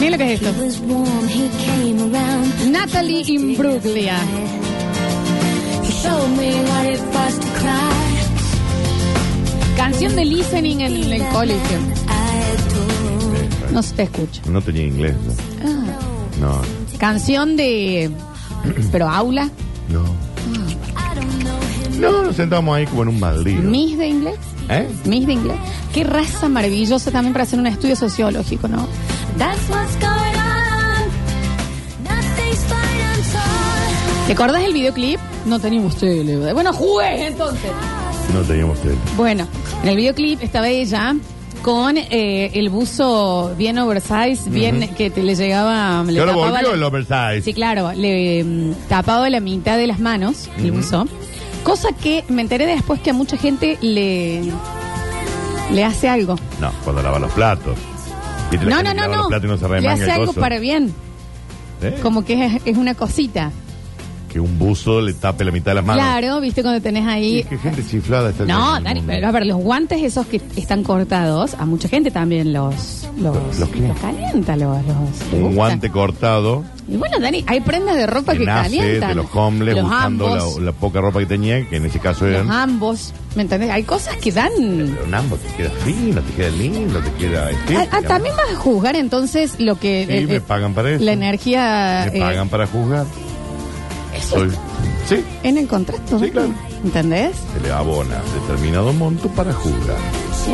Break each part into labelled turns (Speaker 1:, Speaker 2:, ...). Speaker 1: Miren lo que es esto. Natalie Imbruglia. Canción de listening en el colegio. No se te escucha.
Speaker 2: No tenía inglés.
Speaker 1: Ah,
Speaker 2: No,
Speaker 1: canción de. Pero aula.
Speaker 2: no. No, nos sentamos ahí como en un baldío.
Speaker 1: Miss de inglés.
Speaker 2: ¿Eh?
Speaker 1: Miss de inglés. Qué raza maravillosa también para hacer un estudio sociológico, ¿no?
Speaker 3: That's what's going on. Nothing's fine, I'm torn.
Speaker 1: ¿Te acordás del videoclip? No teníamos tele. Bueno, juez entonces.
Speaker 2: No teníamos tele.
Speaker 1: Bueno, en el videoclip estaba ella con eh, el buzo bien oversize, bien que te le llegaba. le
Speaker 2: Que ahora
Speaker 1: tapaba
Speaker 2: volvió
Speaker 1: la-
Speaker 2: el oversize.
Speaker 1: Sí, claro, le mm, tapaba la mitad de las manos, el buzo. Cosa que me enteré después que a mucha gente le, le hace algo.
Speaker 2: No, cuando lava los platos. ¿Viste la
Speaker 1: No, no, no,
Speaker 2: gente que lava Los
Speaker 1: no.
Speaker 2: platos y no se
Speaker 1: le
Speaker 2: remanga
Speaker 1: hace
Speaker 2: el
Speaker 1: algo
Speaker 2: coso?
Speaker 1: para bien,
Speaker 2: ¿Eh?
Speaker 1: como que es, es una cosita.
Speaker 2: Que un buzo le tape la mitad de las manos.
Speaker 1: Claro, viste cuando tenés
Speaker 2: Y
Speaker 1: ahí.
Speaker 2: es que gente chiflada está
Speaker 1: No,
Speaker 2: en el
Speaker 1: Dani,
Speaker 2: mundo.
Speaker 1: pero a ver, los guantes esos que están cortados, a mucha gente también los los,
Speaker 2: ¿Los qué?
Speaker 1: los calienta, los, los- les
Speaker 2: Un
Speaker 1: gusta.
Speaker 2: guante cortado
Speaker 1: Y bueno, Dani, hay prendas de ropa
Speaker 2: que
Speaker 1: que,
Speaker 2: nace
Speaker 1: calientan.
Speaker 2: de los homeless
Speaker 1: los
Speaker 2: buscando la-
Speaker 1: ambos,
Speaker 2: la, poca ropa que tenía, que en ese caso
Speaker 1: los
Speaker 2: eran.
Speaker 1: ambos, ¿me entendés? Hay cosas que dan.
Speaker 2: Pero un ambo te queda fino, te queda lindo, te queda.
Speaker 1: Ah, ah,
Speaker 2: estética.
Speaker 1: también vas a juzgar entonces lo que eh,
Speaker 2: Sí, me pagan para eso.
Speaker 1: la energía
Speaker 2: Me
Speaker 1: eh,
Speaker 2: pagan para juzgar. Soy- Sí,
Speaker 1: en el contrato,
Speaker 2: Sí, claro.
Speaker 1: ¿entendés?
Speaker 2: se le abona determinado monto para juzgar.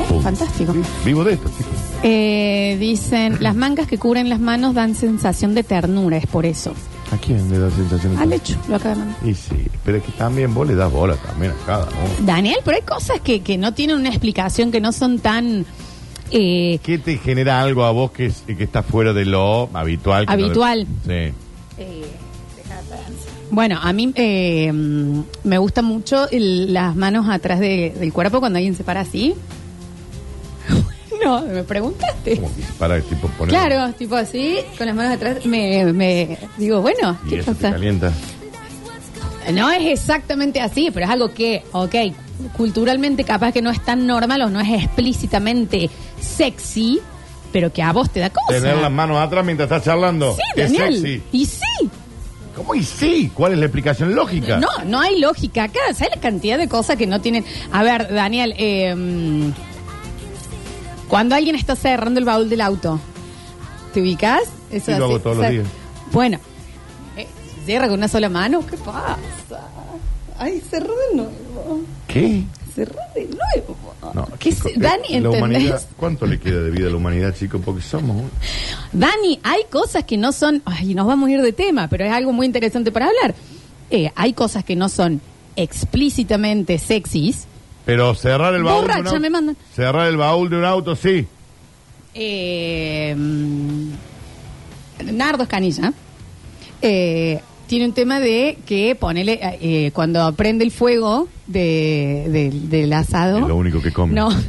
Speaker 2: Punto.
Speaker 1: fantástico.
Speaker 2: Sí, Vivo de esto, chicos.
Speaker 1: Eh, dicen las mangas que cubren las manos dan sensación de ternura, es por eso.
Speaker 2: ¿A quién le da sensación? de-
Speaker 1: Al hecho, lo acaba de mandar.
Speaker 2: Y sí, pero es que también vos le das bola también a cada uno.
Speaker 1: Daniel, pero hay cosas que, que no tienen una explicación, que no son tan eh,
Speaker 2: ¿Qué te genera algo a vos que, es- que está fuera de lo habitual? que no-
Speaker 1: Habitual.
Speaker 2: sí.
Speaker 1: Bueno, a mí eh, mm, me gusta mucho el- las manos atrás de- del cuerpo cuando alguien se para así. no, me preguntaste.
Speaker 2: Como que se para tipo poner.
Speaker 1: Claro, tipo así, con las manos atrás, me, me- digo, bueno,
Speaker 2: Y
Speaker 1: ¿qué
Speaker 2: eso te
Speaker 1: pasa?
Speaker 2: calienta.
Speaker 1: No es exactamente así, pero es algo que, ok, culturalmente capaz que no es tan normal o no es explícitamente sexy, pero que a vos te da cosa.
Speaker 2: Tener las manos atrás mientras estás charlando.
Speaker 1: Sí,
Speaker 2: Qué
Speaker 1: Daniel.
Speaker 2: sexy.
Speaker 1: Y sí.
Speaker 2: ¿Cómo y sí? ¿Cuál es la explicación lógica?
Speaker 1: No, no hay lógica acá. ¿Sabes la cantidad de cosas que no tienen? A ver, Daniel, eh, mm, cuando alguien está cerrando el baúl del auto, ¿te ubicas? Eso
Speaker 2: Sí, lo
Speaker 1: así,
Speaker 2: hago todos los
Speaker 1: cer-
Speaker 2: días.
Speaker 1: Bueno, eh, cierra con una sola mano. ¿Qué pasa? Ay, cerró de nuevo.
Speaker 2: ¿Qué?
Speaker 1: Cerró de nuevo.
Speaker 2: No,
Speaker 1: ¿Qué
Speaker 2: chicos, eh,
Speaker 1: se- Dani,
Speaker 2: la
Speaker 1: ¿entendés?
Speaker 2: humanidad, ¿Cuánto le queda de vida a la humanidad, chicos? Porque somos.
Speaker 1: Dani, hay cosas que no son, ay, nos vamos a ir de tema, pero es algo muy interesante para hablar. Eh, hay cosas que no son explícitamente sexys.
Speaker 2: Pero cerrar el baúl. de un
Speaker 1: Borracha,
Speaker 2: auto-
Speaker 1: me mandan.
Speaker 2: Cerrar el baúl de un auto, sí.
Speaker 1: Eh, mm, Nardo Escanilla eh, tiene un tema de que ponele eh, cuando prende el fuego de, del- del asado.
Speaker 2: Es lo único que come.
Speaker 1: No,
Speaker 2: Sí.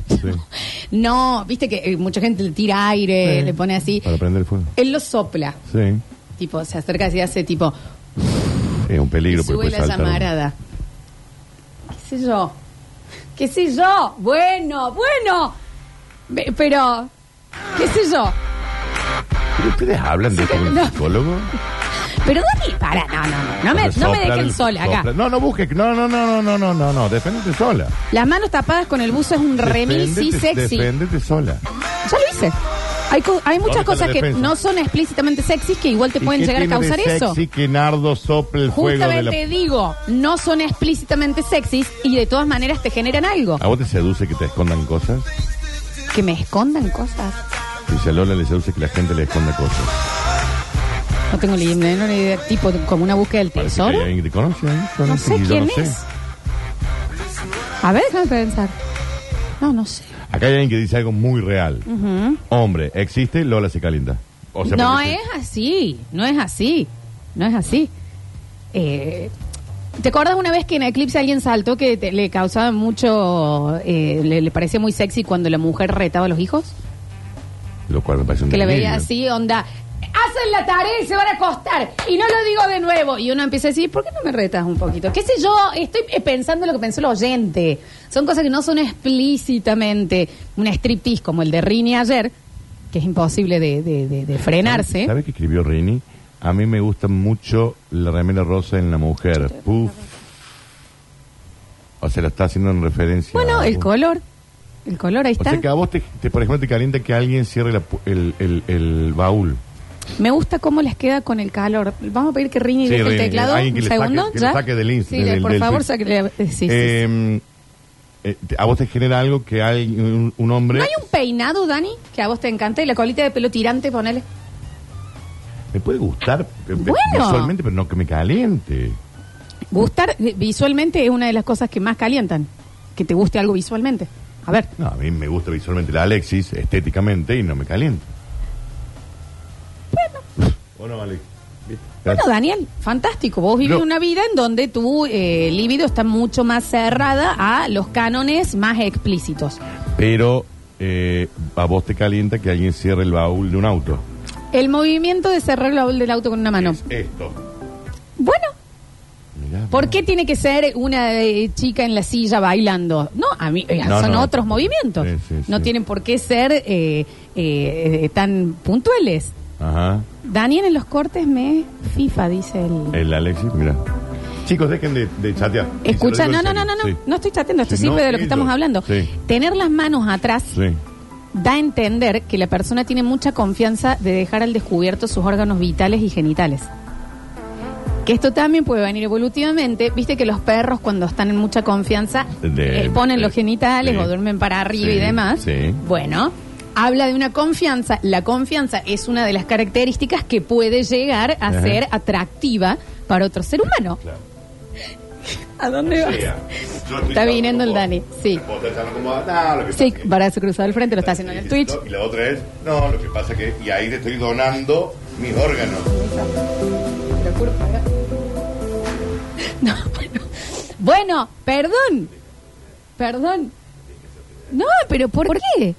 Speaker 1: no, viste que eh, mucha gente le tira aire,
Speaker 2: Sí.
Speaker 1: le pone así.
Speaker 2: Para prender el fuego.
Speaker 1: Él lo sopla,
Speaker 2: Sí.
Speaker 1: tipo, se acerca y hace tipo,
Speaker 2: Es un peligro porque
Speaker 1: sube
Speaker 2: puede
Speaker 1: la
Speaker 2: saltar.
Speaker 1: llamarada. ¿Qué sé yo? ¿Qué sé yo? Bueno, bueno. Ve- Pero, ¿qué sé yo?
Speaker 2: ¿Pero ustedes hablan de esto con
Speaker 1: No.
Speaker 2: un psicólogo?
Speaker 1: Pero Dani, para, no, no, no, no me, no me
Speaker 2: Soplar
Speaker 1: dejen
Speaker 2: el-
Speaker 1: sola acá.
Speaker 2: sopla- No, no busques. No, no, no, no, no, no, no, no. Deféndete sola.
Speaker 1: Las manos tapadas con el buzo es un remisi
Speaker 2: Deféndete-
Speaker 1: sexy.
Speaker 2: Deféndete sola.
Speaker 1: Ya lo hice. Hay, co- hay muchas
Speaker 2: está la
Speaker 1: cosas que
Speaker 2: defensa?
Speaker 1: no son explícitamente sexys que igual te
Speaker 2: ¿Y
Speaker 1: pueden
Speaker 2: qué
Speaker 1: llegar a
Speaker 2: tiene de
Speaker 1: causar eso.
Speaker 2: sexy que Nardo sople el fuego de
Speaker 1: Justamente
Speaker 2: la...
Speaker 1: digo, no son explícitamente sexys y de todas maneras te generan algo.
Speaker 2: ¿A vos te seduce que te escondan cosas?
Speaker 1: Que me escondan cosas.
Speaker 2: Dice a Lola le seduce que la gente le esconda cosas.
Speaker 1: No tengo ni idea, no ni idea, tipo como una búsqueda del
Speaker 2: Parece que hay
Speaker 1: tesoro.
Speaker 2: alguien que te conoce. ¿eh? Yo
Speaker 1: No sé
Speaker 2: y yo
Speaker 1: quién
Speaker 2: no sé.
Speaker 1: es. A ver, déjame pensar. No, no sé.
Speaker 2: Acá hay alguien que dice algo muy real. Hombre, existe, Lola se calienta. O sea,
Speaker 1: no ¿eh?
Speaker 2: porque-
Speaker 1: es así, no es así, no es así. Eh, ¿Te acuerdas una vez que en Eclipse alguien saltó que te- le causaba mucho, eh, le, le parecía muy sexy cuando la mujer retaba a los hijos?
Speaker 2: Lo cual me parece un
Speaker 1: Que la veía
Speaker 2: delirio.
Speaker 1: así, onda, hacen la tarea y se van a acostar, y no lo digo de nuevo. Y uno empieza a decir, ¿por qué no me retas un poquito? ¿Qué sé yo? Estoy eh, pensando lo que pensó el oyente. Son cosas que no son explícitamente un striptease como el de Rini ayer, que es imposible de, de- de- de frenarse.
Speaker 2: ¿Sabes qué escribió Rini? A mí me gusta mucho la remera rosa en la mujer. Puf. O sea, la está haciendo en referencia.
Speaker 1: Bueno,
Speaker 2: a-
Speaker 1: el color. El color, ahí
Speaker 2: O
Speaker 1: está.
Speaker 2: sea, que a vos, te, te- por ejemplo, te calienta que alguien cierre la pu- el, el- el baúl.
Speaker 1: Me gusta cómo les queda con el calor. Vamos a pedir que Rini
Speaker 2: Sí,
Speaker 1: deje el
Speaker 2: Rini,
Speaker 1: teclado.
Speaker 2: alguien
Speaker 1: Un
Speaker 2: que le
Speaker 1: segundo,
Speaker 2: saque- que
Speaker 1: ¿ya?
Speaker 2: le saque del ins-
Speaker 1: Sí,
Speaker 2: del-
Speaker 1: le- por
Speaker 2: del
Speaker 1: favor,
Speaker 2: Twitch.
Speaker 1: sáquele- eh, sí, sí, sí.
Speaker 2: Eh, eh, te- a vos te genera algo que hay un, un hombre...
Speaker 1: ¿No hay un peinado, Dani, que a vos te encanta y la colita de pelo tirante, ponele?
Speaker 2: Me puede gustar eh,
Speaker 1: Bueno.
Speaker 2: visualmente, pero no que me caliente.
Speaker 1: Gustar eh, visualmente es una de las cosas que más calientan. Que te guste algo visualmente. A ver,
Speaker 2: No, a mí me gusta visualmente la Alexis, estéticamente, y no me calienta. Bueno. Alex.
Speaker 1: bueno, Daniel, fantástico. Vos vivís
Speaker 2: No.
Speaker 1: una vida en donde tu eh, libido está mucho más cerrada a los cánones más explícitos.
Speaker 2: Pero eh, a vos te calienta que alguien cierre el baúl de un auto.
Speaker 1: El movimiento de cerrar el baúl del auto con una mano.
Speaker 2: Es esto.
Speaker 1: Bueno,
Speaker 2: Mirá,
Speaker 1: ¿Por
Speaker 2: mirá.
Speaker 1: qué tiene que ser una eh, chica en la silla bailando? No, a mí eh,
Speaker 2: No,
Speaker 1: son
Speaker 2: no.
Speaker 1: otros movimientos.
Speaker 2: Sí, sí,
Speaker 1: no
Speaker 2: sí.
Speaker 1: tienen por qué ser eh, eh, tan puntuales.
Speaker 2: Ajá.
Speaker 1: Daniel en los cortes me FIFA, dice él.
Speaker 2: El Alexis, mira. Chicos, dejen de, de chatear.
Speaker 1: Escucha,
Speaker 2: Y se lo digo
Speaker 1: no,
Speaker 2: en
Speaker 1: no, no,
Speaker 2: serio.
Speaker 1: no, no,
Speaker 2: Sí.
Speaker 1: no estoy chateando, esto
Speaker 2: Sí,
Speaker 1: sirve
Speaker 2: no,
Speaker 1: de lo que estamos
Speaker 2: ellos.
Speaker 1: hablando.
Speaker 2: Sí.
Speaker 1: Tener las manos atrás
Speaker 2: Sí.
Speaker 1: da a entender que la persona tiene mucha confianza de dejar al descubierto sus órganos vitales y genitales. Que esto también puede venir evolutivamente. Viste que los perros cuando están en mucha confianza
Speaker 2: De-
Speaker 1: exponen los
Speaker 2: de-
Speaker 1: genitales
Speaker 2: sí.
Speaker 1: o duermen para arriba
Speaker 2: Sí,
Speaker 1: y demás.
Speaker 2: sí.
Speaker 1: Bueno, habla de una confianza. La confianza es una de las características que puede llegar a
Speaker 2: Ajá.
Speaker 1: ser atractiva para otro ser humano.
Speaker 2: Claro.
Speaker 1: ¿A dónde vas?
Speaker 2: Sea, yo estoy
Speaker 1: Está viniendo
Speaker 2: hablando
Speaker 1: el
Speaker 2: con
Speaker 1: Dani,
Speaker 2: vos.
Speaker 1: sí.
Speaker 2: Vos estás hablando con vos, no, lo que
Speaker 1: Sí,
Speaker 2: pasa es que-
Speaker 1: para su cruzado al frente lo está haciendo en el Twitch.
Speaker 2: Y la otra es, no, lo que pasa es que, y ahí te estoy donando mis órganos.
Speaker 1: No, bueno. Bueno, perdón. Perdón. No, pero ¿por qué?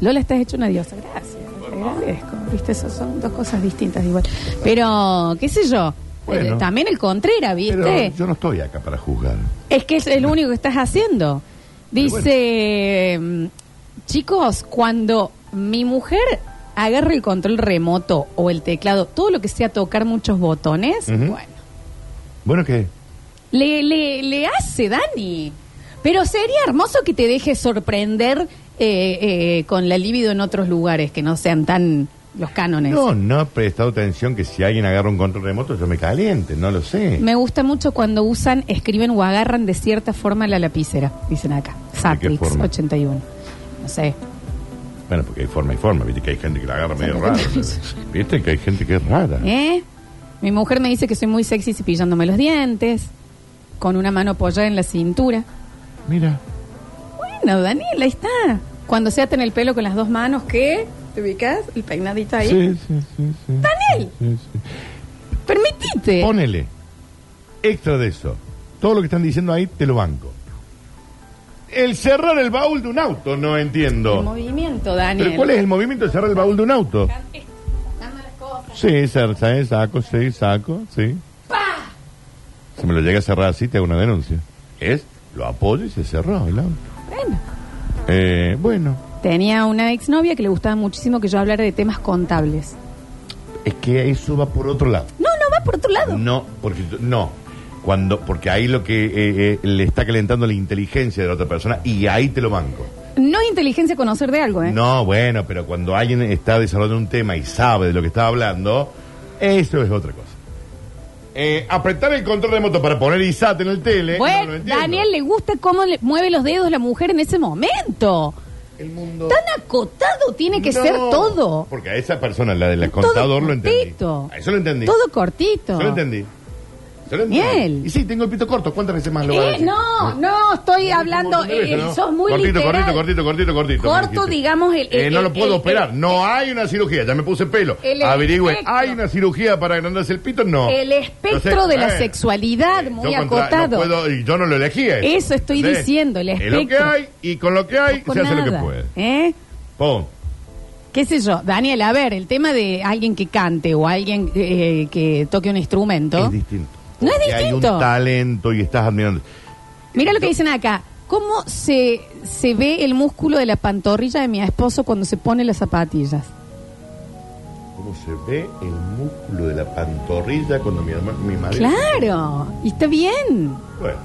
Speaker 1: Lola, estás hecho una diosa. Gracias. Te agradezco. Viste, eso son dos cosas distintas igual. Pero, qué sé yo.
Speaker 2: Bueno.
Speaker 1: Eh, También el Contrera, ¿viste?
Speaker 2: Pero yo no estoy acá para juzgar.
Speaker 1: Es que es el único que estás haciendo. Dice, mm, chicos, cuando mi mujer agarra el control remoto o el teclado, todo lo que sea tocar muchos botones,
Speaker 2: Ujú.
Speaker 1: bueno,
Speaker 2: Bueno, ¿qué?
Speaker 1: le, le, le hace, Dani. Pero sería hermoso que te dejes sorprender eh, eh, con la libido en otros lugares que no sean tan los cánones.
Speaker 2: No, no he prestado atención que si alguien agarra un control remoto yo me caliente, no lo sé.
Speaker 1: Me gusta mucho cuando usan, escriben o agarran de cierta forma la lapicera, dicen acá. Satrix
Speaker 2: forma?
Speaker 1: 81. No sé.
Speaker 2: Bueno, porque hay forma y forma, viste que hay gente que la agarra medio raro. Viste que hay gente que es rara.
Speaker 1: ¿Eh? Mi mujer me dice que soy muy sexy cepillándome los dientes, con una mano apoyada en la cintura.
Speaker 2: Mira,
Speaker 1: Bueno, Daniel, ahí está. Cuando se aten el pelo con las dos manos, ¿qué? ¿Te ubicas? El peinadito ahí.
Speaker 2: sí, sí, sí, sí.
Speaker 1: Daniel,
Speaker 2: Sí, sí.
Speaker 1: permitite.
Speaker 2: Ponele extra de eso. Todo lo que están diciendo ahí te lo banco. El cerrar el baúl de un auto, no
Speaker 1: El
Speaker 2: entiendo.
Speaker 1: movimiento, Daniel.
Speaker 2: ¿Pero cuál es el movimiento de cerrar el baúl de un auto?
Speaker 1: Dame las cosas.
Speaker 2: Sí, cer- sa- saco, sí, saco, sí. Si me lo llega a cerrar así, te hago una denuncia. Es, lo apoyo y se cerró el auto.
Speaker 1: Bueno.
Speaker 2: Eh, bueno,
Speaker 1: Tenía una exnovia que le gustaba muchísimo que yo hablara de temas contables.
Speaker 2: es que eso va por otro lado.
Speaker 1: No, no, va por otro lado.
Speaker 2: No, porque yo- no. Cuando, porque ahí lo que eh, eh, le está calentando la inteligencia de la otra persona y ahí te lo banco.
Speaker 1: No es inteligencia conocer de algo, ¿eh?
Speaker 2: No, bueno, pero cuando alguien está desarrollando un tema y sabe de lo que está hablando, eso es otra cosa. Eh, apretar el control remoto para poner ISAT en el tele. eh, no
Speaker 1: Bueno,
Speaker 2: lo entiendo.
Speaker 1: Daniel le gusta cómo le mueve los dedos la mujer en ese momento.
Speaker 2: El mundo.
Speaker 1: Tan acotado tiene que
Speaker 2: No,
Speaker 1: ser todo.
Speaker 2: Porque a esa persona, la del
Speaker 1: Todo
Speaker 2: contador, lo entendí.
Speaker 1: cortito.
Speaker 2: A eso lo entendí.
Speaker 1: Todo cortito.
Speaker 2: Eso lo entendí. Eso lo entendí.
Speaker 1: Daniel.
Speaker 2: Y sí, tengo el pito corto. ¿Cuántas veces más lo va a
Speaker 1: Eh,
Speaker 2: decir?
Speaker 1: no, no, estoy hablando.
Speaker 2: Como
Speaker 1: eh,
Speaker 2: eso, ¿no?
Speaker 1: sos muy
Speaker 2: cortito,
Speaker 1: literal.
Speaker 2: cortito, cortito, cortito, cortito. me
Speaker 1: Corto,
Speaker 2: dijiste.
Speaker 1: digamos, el-
Speaker 2: Eh,
Speaker 1: el-
Speaker 2: no
Speaker 1: el-
Speaker 2: lo puedo
Speaker 1: el-
Speaker 2: operar.
Speaker 1: el-
Speaker 2: no hay una cirugía. Ya me puse pelo.
Speaker 1: eh. El- el
Speaker 2: Averigüe.
Speaker 1: espectro.
Speaker 2: ¿Hay una cirugía para agrandarse el pito? No.
Speaker 1: El espectro
Speaker 2: Entonces,
Speaker 1: de la
Speaker 2: bueno,
Speaker 1: sexualidad, muy
Speaker 2: yo contra-
Speaker 1: acotado.
Speaker 2: no puedo- y yo no lo elegía.
Speaker 1: Eso estoy diciendo, el
Speaker 2: Es lo que
Speaker 1: espectro.
Speaker 2: hay y con lo que hay
Speaker 1: Con
Speaker 2: se hace lo que
Speaker 1: nada,
Speaker 2: puede.
Speaker 1: ¿eh?
Speaker 2: Pum.
Speaker 1: ¿Qué sé yo? Daniel, a ver, el tema de alguien que cante o alguien eh, que toque un instrumento.
Speaker 2: Es distinto.
Speaker 1: No es
Speaker 2: Porque Hay
Speaker 1: distinto.
Speaker 2: un talento y estás admirando.
Speaker 1: Mira lo que dicen acá. ¿Cómo se, se ve el músculo de la pantorrilla de mi esposo cuando se pone las zapatillas?
Speaker 2: ¿Cómo se ve el músculo de la pantorrilla cuando mi, herma- mi madre...
Speaker 1: Claro, y está bien.
Speaker 2: Bueno,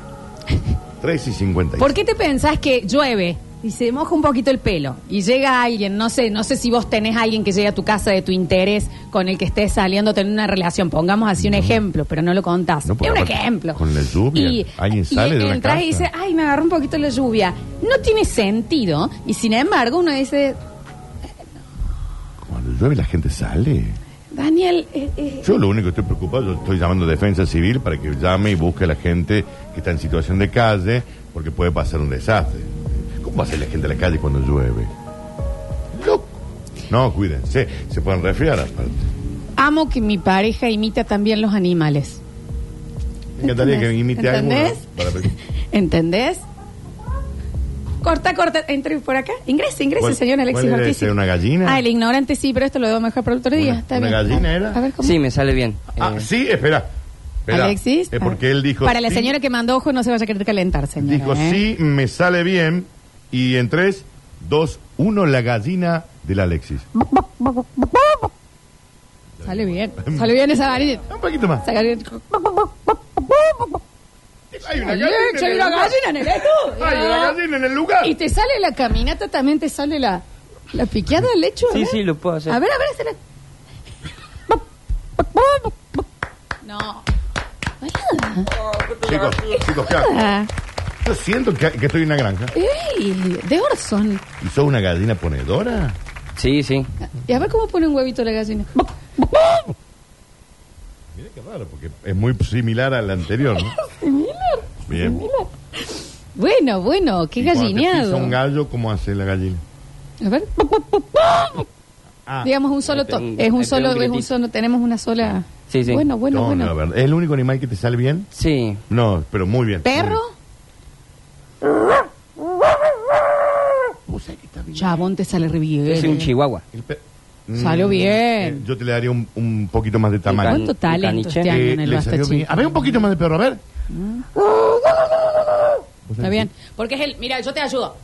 Speaker 2: 3 y 56.
Speaker 1: ¿Por qué te pensás que llueve y se moja un poquito el pelo y llega alguien, no sé, no sé si vos tenés a alguien que llegue a tu casa de tu interés con el que estés saliendo a tener una relación, pongamos así un ejemplo, pero no lo contás.
Speaker 2: No, porque
Speaker 1: es un
Speaker 2: aparte,
Speaker 1: ejemplo.
Speaker 2: con la lluvia, alguien sale de una
Speaker 1: entras y
Speaker 2: casa.
Speaker 1: dice, ay, me agarró un poquito la lluvia. No tiene sentido y sin embargo uno dice,
Speaker 2: Cuando llueve la gente sale.
Speaker 1: Daniel, eh, eh,
Speaker 2: Yo lo único que estoy preocupado, yo estoy llamando a Defensa Civil para que llame y busque a la gente que está en situación de calle, porque puede pasar un desastre. ¿Cómo va a salir la gente a la calle cuando llueve? Loco. No, cuídense, se pueden resfriar aparte.
Speaker 1: amo que mi pareja imita también los animales.
Speaker 2: Me encantaría que me imite algo.
Speaker 1: ¿Entendés?
Speaker 2: Para...
Speaker 1: ¿Entendés? Corta, corta, entre por acá. Ingrese, ingrese,
Speaker 2: ¿Cuál-
Speaker 1: señor Alexis
Speaker 2: cuál era
Speaker 1: Ortiz.
Speaker 2: ese, una gallina?
Speaker 1: Ah, el ignorante sí, pero esto lo debo mejor para otro día.
Speaker 2: Una-
Speaker 1: Está
Speaker 2: ¿una
Speaker 1: bien.
Speaker 2: gallina
Speaker 1: A-
Speaker 2: era?
Speaker 1: A ver cómo.
Speaker 4: Sí, me sale bien.
Speaker 2: Ah,
Speaker 4: Eh,
Speaker 2: sí, espera. espera.
Speaker 1: Alexis. Ah.
Speaker 2: Es porque él dijo.
Speaker 1: Para la
Speaker 2: sí,
Speaker 1: señora que mandó ojo, no se vaya a querer calentar, señora.
Speaker 2: Dijo,
Speaker 1: ¿eh?
Speaker 2: sí, me sale bien. Y en 3, 2, 1, la gallina del Alexis.
Speaker 1: Sale bien. Sale bien esa varilla.
Speaker 2: Un poquito más.
Speaker 1: Saca bien.
Speaker 2: Hay una gallina.
Speaker 1: Alex,
Speaker 2: en
Speaker 1: hay
Speaker 2: el
Speaker 1: una
Speaker 2: lugar.
Speaker 1: gallina en el estudio.
Speaker 2: Hay una gallina en el lugar.
Speaker 1: Y te sale la caminata, también te sale la, la piqueada del lecho. a
Speaker 4: Sí,
Speaker 1: ver.
Speaker 4: sí, lo puedo hacer.
Speaker 1: A ver, a ver, hacela. No.
Speaker 2: Chicos, chicos, claro.
Speaker 1: Ah,
Speaker 2: Yo siento que, que estoy en una granja.
Speaker 1: ey, de Orson.
Speaker 2: ¿Y sos una gallina ponedora?
Speaker 4: Sí, sí.
Speaker 1: Y a ver cómo pone un huevito la gallina.
Speaker 2: Mira qué raro, porque es muy similar al anterior, ¿no? Bien.
Speaker 1: Bueno, bueno, qué
Speaker 2: Y cuando te pisa
Speaker 1: gallineado.
Speaker 2: un gallo, ¿cómo hace la gallina?
Speaker 1: A ver.
Speaker 2: Ah,
Speaker 1: Digamos un solo
Speaker 4: Ahí pega
Speaker 1: to-
Speaker 4: un-
Speaker 1: Es un
Speaker 4: ahí pega
Speaker 1: solo,
Speaker 4: un
Speaker 1: es un
Speaker 4: gritito.
Speaker 1: solo, tenemos una sola.
Speaker 4: Sí, sí.
Speaker 1: Bueno, bueno,
Speaker 2: no,
Speaker 1: bueno.
Speaker 2: no, a ver, ¿Es el único animal que te sale bien?
Speaker 4: Sí.
Speaker 2: No, pero muy bien.
Speaker 1: ¿Perro?
Speaker 2: ¿Cómo sabés que está bien?
Speaker 1: Chabón te sale re bien.
Speaker 4: Es
Speaker 2: Eh,
Speaker 4: un chihuahua.
Speaker 2: El per-
Speaker 1: Salió
Speaker 2: Mm,
Speaker 1: bien.
Speaker 2: eh, yo te le daría un, un poquito más de tamaño.
Speaker 1: ¿Cuánto
Speaker 4: Un
Speaker 1: talento
Speaker 4: caniche.
Speaker 1: este año
Speaker 2: Eh,
Speaker 1: en el
Speaker 2: le
Speaker 1: Basta
Speaker 2: salió bien.
Speaker 1: Chico?
Speaker 2: A ver, un poquito más de perro, a ver.
Speaker 1: Ah. Está bien. Porque es el. Mira, yo te ayudo.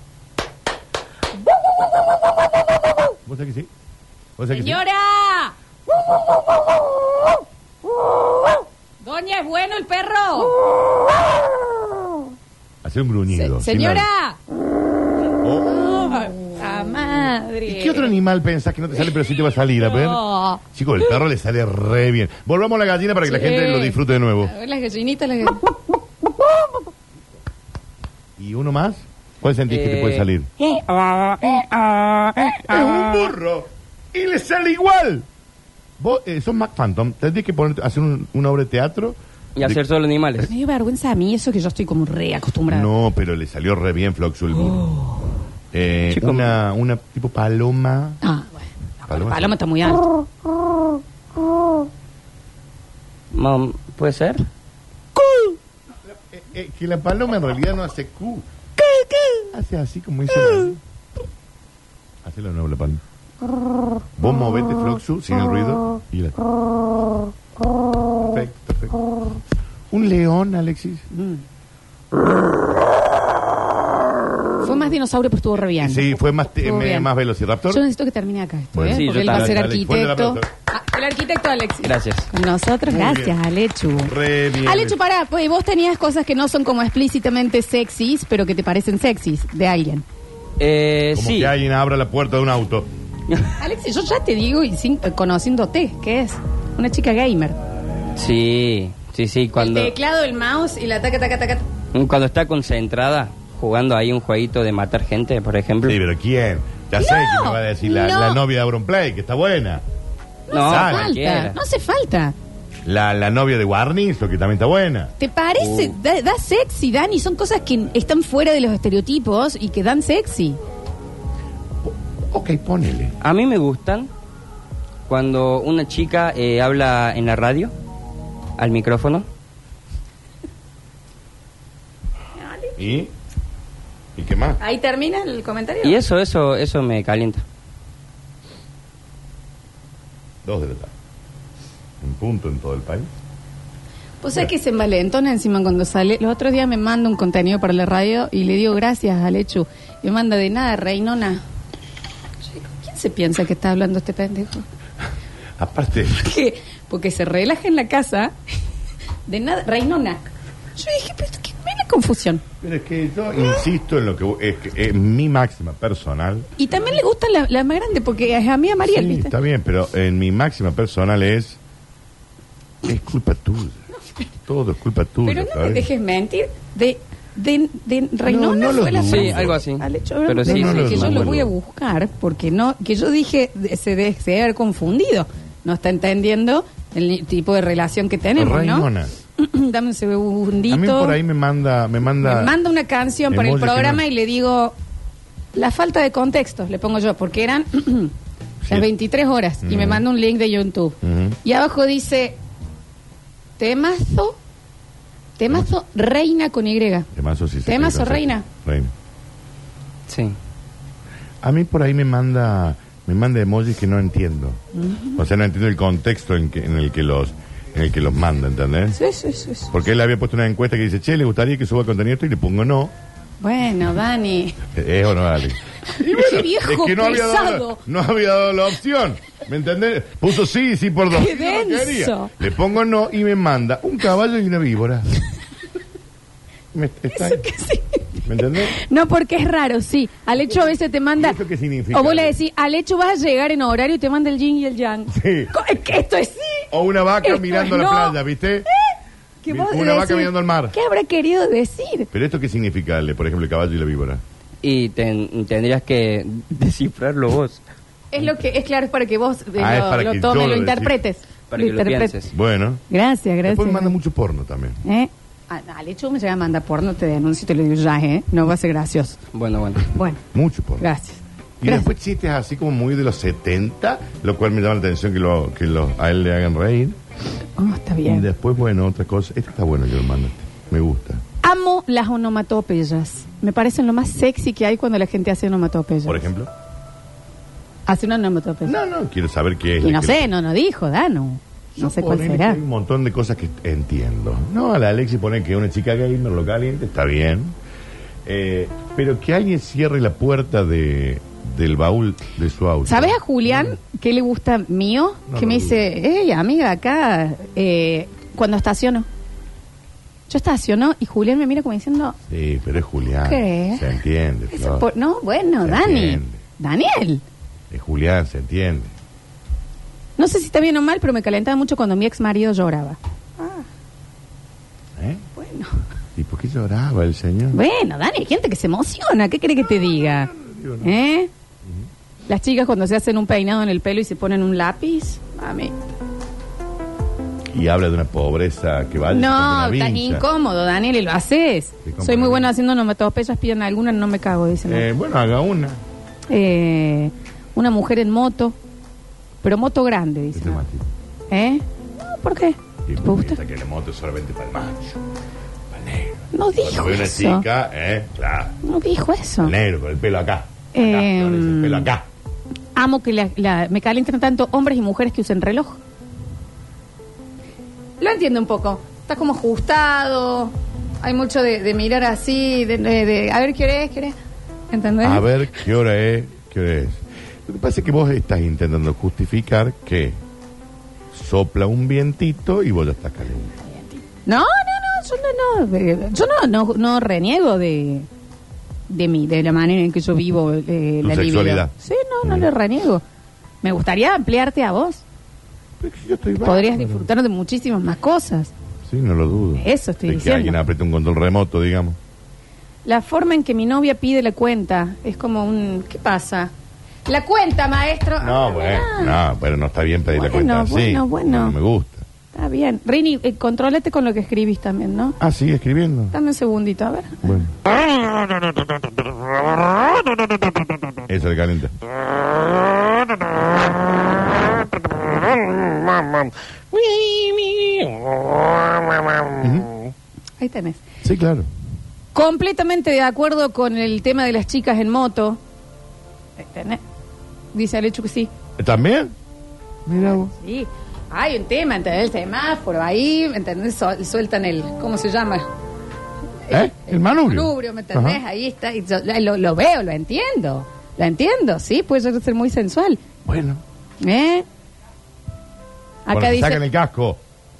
Speaker 2: ¿Vos sabés que sí? ¿Vos sabés que sí?
Speaker 1: ¡Señora! Doña, ¿es bueno el perro?
Speaker 2: Hacer un gruñido. sin nada.
Speaker 1: ¡Señora!
Speaker 2: Oh.
Speaker 1: ¡A madre!
Speaker 2: ¿Y qué otro animal pensás que no te sale, pero sí te va a salir? A ver.
Speaker 1: No.
Speaker 2: Chicos, el perro le sale re bien. Volvamos a la gallina para que la
Speaker 1: Sí.
Speaker 2: gente lo disfrute de nuevo.
Speaker 1: A ver, las gallinitas, las gallinitas.
Speaker 2: ¿Y uno más? ¿Cuál sentís que te puede
Speaker 4: Eh,
Speaker 2: salir?
Speaker 1: ah, eh,
Speaker 2: Es un burro. Y le sale igual. Vos eh, sos Mac Phantom. Tendrías que ponerte- hacer un- una obra de teatro.
Speaker 4: Y hacer solo animales.
Speaker 2: Eh.
Speaker 1: Me dio vergüenza a mí eso que yo estoy como re acostumbrada.
Speaker 2: No, pero le salió re bien Floxu el burro. Eh,
Speaker 4: Chico,
Speaker 2: una, una tipo paloma.
Speaker 1: Ah, bueno. No,
Speaker 2: Paloma.
Speaker 1: Paloma, está muy alto.
Speaker 4: Mam, ¿Puede ser?
Speaker 2: Eh, eh, que la paloma en realidad no hace Q. Eh. Hace así como hizo. la- Hacelo de nuevo la paloma. Vos movete Floxu sin el ruido. Y la... Perfecto, perfecto. Un león, Alexis.
Speaker 1: Fue más dinosaurio, pero estuvo re bien.
Speaker 2: Ah, Sí, fue más, te-
Speaker 1: Estuvo
Speaker 2: me-
Speaker 1: bien.
Speaker 2: más velociraptor.
Speaker 1: Yo necesito que termine acá esto,
Speaker 2: Bueno.
Speaker 1: ¿eh?
Speaker 4: Sí,
Speaker 1: Porque
Speaker 4: yo
Speaker 1: él va a ser
Speaker 4: también.
Speaker 2: Dale, fuerte el
Speaker 1: arquitecto.
Speaker 2: aplauso.
Speaker 1: Ah, el arquitecto Alexis.
Speaker 4: Gracias.
Speaker 1: Con nosotros,
Speaker 2: Muy
Speaker 1: gracias,
Speaker 2: bien.
Speaker 1: Alechu.
Speaker 2: Re bien.
Speaker 1: Alechu, pará, pues vos tenías cosas que no son como explícitamente sexys, pero que te parecen sexys de alguien.
Speaker 4: Eh,
Speaker 2: Como
Speaker 4: sí.
Speaker 2: que alguien abra la puerta de un auto.
Speaker 1: Alexis, yo ya te digo, y sin, eh, conociéndote, ¿qué es? Una chica gamer.
Speaker 4: Sí, sí, sí. Cuando, mm,
Speaker 1: El teclado, el mouse y la taca, taca, taca. taca.
Speaker 4: cuando está concentrada jugando ahí un jueguito de matar gente, por ejemplo.
Speaker 2: Sí, pero ¿quién? Ya sé
Speaker 1: No,
Speaker 2: que me va a decir la,
Speaker 1: no.
Speaker 2: la novia de Auron Play, que está buena.
Speaker 1: No, hace
Speaker 2: Dale.
Speaker 1: falta,
Speaker 4: cualquiera.
Speaker 1: no hace falta.
Speaker 2: La, la novia de Guarnizo, que también está buena.
Speaker 1: ¿Te parece?
Speaker 4: Uh.
Speaker 1: Da, da sexy, Dani. Son cosas que están fuera de los estereotipos y que dan sexy.
Speaker 2: Ok, ponele.
Speaker 4: A mí me gustan cuando una chica eh, habla en la radio, al micrófono.
Speaker 2: ¿Y? ¿Y qué más?
Speaker 1: Ahí termina el comentario.
Speaker 4: Y eso, eso, eso me calienta.
Speaker 2: Dos de la tarde. Un punto en todo el país.
Speaker 1: O sea Pues que se envalentona encima cuando sale. Los otros días me manda un contenido para la radio y le digo gracias a Lechu. Me manda de nada, Reinona. Yo digo, ¿Quién se piensa que está hablando este pendejo?
Speaker 2: Aparte,
Speaker 1: ¿Qué? Porque se relaja en la casa. De nada, Reinona. Yo dije, pero esto qué buena confusión.
Speaker 2: pero es que yo insisto en lo que es, que es mi máxima personal.
Speaker 1: Y también le gustan las la más grandes porque es a mí a Mariel,
Speaker 2: Sí,
Speaker 1: ¿viste?
Speaker 2: está bien, pero en mi máxima personal es. Es culpa tuya. Todo es culpa tuya.
Speaker 1: Pero no me
Speaker 2: ¿sabes?
Speaker 1: dejes mentir. De, de, de Reinona
Speaker 2: no lo
Speaker 1: fue la
Speaker 2: dudo.
Speaker 1: frase.
Speaker 4: Sí, algo así.
Speaker 1: Al hecho,
Speaker 4: Pero
Speaker 1: de-
Speaker 4: sí,
Speaker 1: de-
Speaker 2: No, no,
Speaker 1: que
Speaker 2: no,
Speaker 1: yo
Speaker 2: no,
Speaker 1: lo
Speaker 2: no.
Speaker 1: voy a buscar porque no, que yo dije de- se debe se debe haber confundido. No está entendiendo el ni- tipo de relación que tenemos,
Speaker 2: Reinona.
Speaker 1: ¿no? Dame un segundito.
Speaker 2: A mí por ahí me manda. Me manda,
Speaker 1: Me manda una canción para el
Speaker 2: emojis que
Speaker 1: programa
Speaker 2: no-
Speaker 1: y le digo la falta de contexto, le pongo yo, porque eran
Speaker 2: Sí.
Speaker 1: las 23 horas y me
Speaker 2: Ujú.
Speaker 1: manda un link de YouTube.
Speaker 2: Ujú.
Speaker 1: Y abajo dice temazo, temazo reina con Y.
Speaker 2: Temazo, sí, sí,
Speaker 1: Temazo,
Speaker 2: sí, sí.
Speaker 1: reina.
Speaker 2: Reina.
Speaker 4: Sí.
Speaker 2: A mí por ahí me manda. Me manda emojis que no entiendo. O sea, no entiendo el contexto en, que- en el que los en el que los manda, ¿entendés?
Speaker 1: Sí, sí, sí, sí.
Speaker 2: Porque él había puesto una encuesta que dice, che, ¿le gustaría que suba contenido esto? Y le pongo no.
Speaker 1: Bueno, Dani.
Speaker 2: Es o no, Ale. Y
Speaker 1: Qué viejo
Speaker 2: había dado, la-
Speaker 1: pesado.
Speaker 2: no había dado la opción. ¿Me entendés? Puso sí, sí por dos.
Speaker 1: Qué
Speaker 2: Yo no
Speaker 1: denso.
Speaker 2: quería. Le pongo no y me manda un caballo y una víbora. ¿Me, está-
Speaker 1: Eso que sí.
Speaker 2: ¿me entendés?
Speaker 1: No, porque es raro, sí. Al hecho a veces te manda.
Speaker 2: ¿Y eso qué significa?
Speaker 1: O vos le decís, al hecho vas a llegar en horario y te manda el yin y el yang.
Speaker 2: Sí.
Speaker 1: Co- es que Esto es sí.
Speaker 2: O una vaca
Speaker 1: Esto
Speaker 2: mirando
Speaker 1: es
Speaker 2: la
Speaker 1: no.
Speaker 2: playa, ¿viste?
Speaker 1: Que
Speaker 2: Una
Speaker 1: vos
Speaker 2: vaca
Speaker 1: decís,
Speaker 2: mirando al mar.
Speaker 1: ¿Qué habrá querido decir?
Speaker 2: Pero esto qué significa, Ale, por ejemplo, el caballo y la víbora.
Speaker 4: Y ten- tendrías que descifrarlo vos.
Speaker 1: Es lo que es claro, es para que vos eh,
Speaker 2: Ah, es
Speaker 1: lo,
Speaker 2: para
Speaker 1: lo
Speaker 2: que
Speaker 1: tomes,
Speaker 2: yo
Speaker 1: lo
Speaker 2: lo
Speaker 1: interpretes.
Speaker 4: Para que lo
Speaker 1: interpretes.
Speaker 4: pienses.
Speaker 2: Bueno.
Speaker 1: Gracias, gracias.
Speaker 2: Después me manda mucho porno también.
Speaker 1: ¿Eh? Ah, Al hecho me llega a mandar porno, te denuncio y te lo digo ya, ¿eh? No va a ser gracioso.
Speaker 4: Bueno, bueno.
Speaker 1: Bueno,
Speaker 2: Mucho porno.
Speaker 1: gracias.
Speaker 2: Y después chistes así como muy de los 70, lo cual me llama la atención que, lo, que lo- a él le hagan reír.
Speaker 1: Oh, está
Speaker 2: Y
Speaker 1: bien.
Speaker 2: después, bueno, otra cosa. Este está bueno, yo lo mando. Me gusta.
Speaker 1: Amo las onomatopeyas. Me parecen lo más sexy que hay cuando la gente hace onomatopeyas.
Speaker 2: Por ejemplo.
Speaker 1: Hace una onomatopeya.
Speaker 2: No, no, quiero saber qué es.
Speaker 1: y
Speaker 2: la
Speaker 1: no
Speaker 2: que-
Speaker 1: sé, no, no dijo, Danu.
Speaker 2: Yo
Speaker 1: No sé cuál
Speaker 2: ponele que
Speaker 1: será.
Speaker 2: Hay un montón de cosas que entiendo. No, a la Alexi pone que una chica gamer lo caliente, está bien. Eh, pero que alguien cierre la puerta de, del baúl de su auto.
Speaker 1: ¿Sabes a Julián qué le gusta mío?
Speaker 2: No,
Speaker 1: que
Speaker 2: no
Speaker 1: me
Speaker 2: lo
Speaker 1: dice, hey, amiga, acá, eh, cuando estaciono. Yo estaciono y Julián me mira como diciendo,
Speaker 2: Sí, pero es Julián.
Speaker 1: ¿Qué?
Speaker 2: Se entiende.
Speaker 1: "Eso
Speaker 2: Flor.
Speaker 1: por- no, bueno,
Speaker 2: Se
Speaker 1: Dani.
Speaker 2: entiende.
Speaker 1: Daniel.
Speaker 2: Es Julián, se entiende.
Speaker 1: No sé si está bien o mal, pero me calentaba mucho cuando mi ex marido lloraba.
Speaker 2: ¿Eh?
Speaker 1: Bueno,
Speaker 2: ¿Y por qué lloraba el señor?
Speaker 1: bueno, Dani, hay gente que se emociona. ¿Qué quiere que te diga? ¿Eh? Las chicas cuando se hacen un peinado en el pelo y se ponen un lápiz, mami.
Speaker 2: Y habla de una pobreza que vale.
Speaker 1: No, tan incómodo, Daniel, y lo haces.
Speaker 2: Sí, cómo
Speaker 1: Soy
Speaker 2: no.
Speaker 1: muy bueno haciendo onomatopeyas, pidan alguna, no me cago, dicen.
Speaker 2: Eh, bueno, haga una.
Speaker 1: Eh, una mujer en moto, pero moto grande,
Speaker 2: Este
Speaker 1: dicen.
Speaker 2: es Mati.
Speaker 1: ¿Eh? No, ¿por qué?
Speaker 2: Y
Speaker 1: ¿Te gusta?
Speaker 2: esta que la moto es solamente para el macho. Para el negro.
Speaker 1: No
Speaker 2: Cuando
Speaker 1: dijo
Speaker 2: ve una
Speaker 1: eso.
Speaker 2: chica, ¿eh? Claro.
Speaker 1: No dijo eso.
Speaker 2: Negro, con el pelo acá. acá
Speaker 1: Eh,
Speaker 2: Flores, el pelo acá.
Speaker 1: Amo que la- la- me calienten tanto hombres y mujeres que usen reloj. Lo entiendo un poco. Está como ajustado. Hay mucho de, de mirar así, de, de- de- a ver qué hora es, qué hora es. ¿Entendés?
Speaker 2: A ver qué hora es, qué hora es. Lo que pasa es que vos estás intentando justificar que sopla un vientito y vos ya estás caliente.
Speaker 1: No, no, no, yo no, no, eh, yo no, no, no reniego de, de mí, de la manera en que yo vivo eh,
Speaker 2: Tu
Speaker 1: la libido.
Speaker 2: sexualidad.
Speaker 1: Sí, no, no lo reniego. Me gustaría ampliarte a vos.
Speaker 2: Pero es que yo estoy
Speaker 1: Podrías
Speaker 2: bárbaro.
Speaker 1: disfrutar de muchísimas más cosas.
Speaker 2: Sí, no lo dudo.
Speaker 1: Eso estoy
Speaker 2: De
Speaker 1: diciendo.
Speaker 2: Que alguien aprieta un control remoto, digamos.
Speaker 1: La forma en que mi novia pide la cuenta es como un... ¿Qué pasa? La cuenta, maestro. Ah,
Speaker 2: No, bueno,
Speaker 1: mirá.
Speaker 2: no, bueno, no está bien pedir la
Speaker 1: Bueno,
Speaker 2: cuenta así.
Speaker 1: bueno, bueno.
Speaker 2: No me gusta.
Speaker 1: Está bien. Rini, eh, contrólate con lo que escribís también, ¿no?
Speaker 2: Ah, sigue escribiendo.
Speaker 1: Dame un segundito, a ver.
Speaker 2: Bueno. Eso le calienta.
Speaker 1: Ahí tenés.
Speaker 2: Sí, claro.
Speaker 1: Completamente de acuerdo con el tema de las chicas en moto. Ahí tenés. Dice Alechu que sí.
Speaker 2: ¿También? Mira vos.
Speaker 1: Sí. Hay un tema, ¿entendés? El semáforo ahí, ¿entendés? Sol- sueltan el, ¿cómo se llama?
Speaker 2: ¿Eh? El manubrio.
Speaker 1: ¿me entendés?
Speaker 2: Ajá.
Speaker 1: Ahí está. y yo lo, lo veo, lo entiendo. Lo entiendo, sí, puede llegar a ser muy sensual.
Speaker 2: Bueno.
Speaker 1: ¿Eh?
Speaker 2: Bueno,
Speaker 1: Acá
Speaker 2: se
Speaker 1: dice.
Speaker 2: Sacan el casco.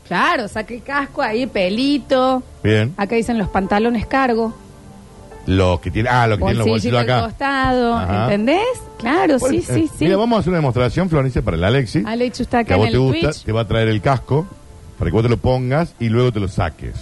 Speaker 1: Claro, saca el casco ahí, pelito.
Speaker 2: Bien.
Speaker 1: Acá dicen los pantalones cargo.
Speaker 2: Los que tienen. Ah, los que tienen los
Speaker 1: Bolsillito
Speaker 2: bolsillos
Speaker 1: al
Speaker 2: acá.
Speaker 1: costado,
Speaker 2: Ajá.
Speaker 1: ¿entendés? Claro,
Speaker 2: Bueno,
Speaker 1: sí, sí,
Speaker 2: eh,
Speaker 1: sí.
Speaker 2: Mira, vamos a hacer una demostración, Florencia, para el Alexi.
Speaker 1: Alex está acá
Speaker 2: que a
Speaker 1: en
Speaker 2: vos
Speaker 1: el
Speaker 2: te gusta,
Speaker 1: Twitch.
Speaker 2: te va a traer el casco para que vos te lo pongas y luego te lo saques.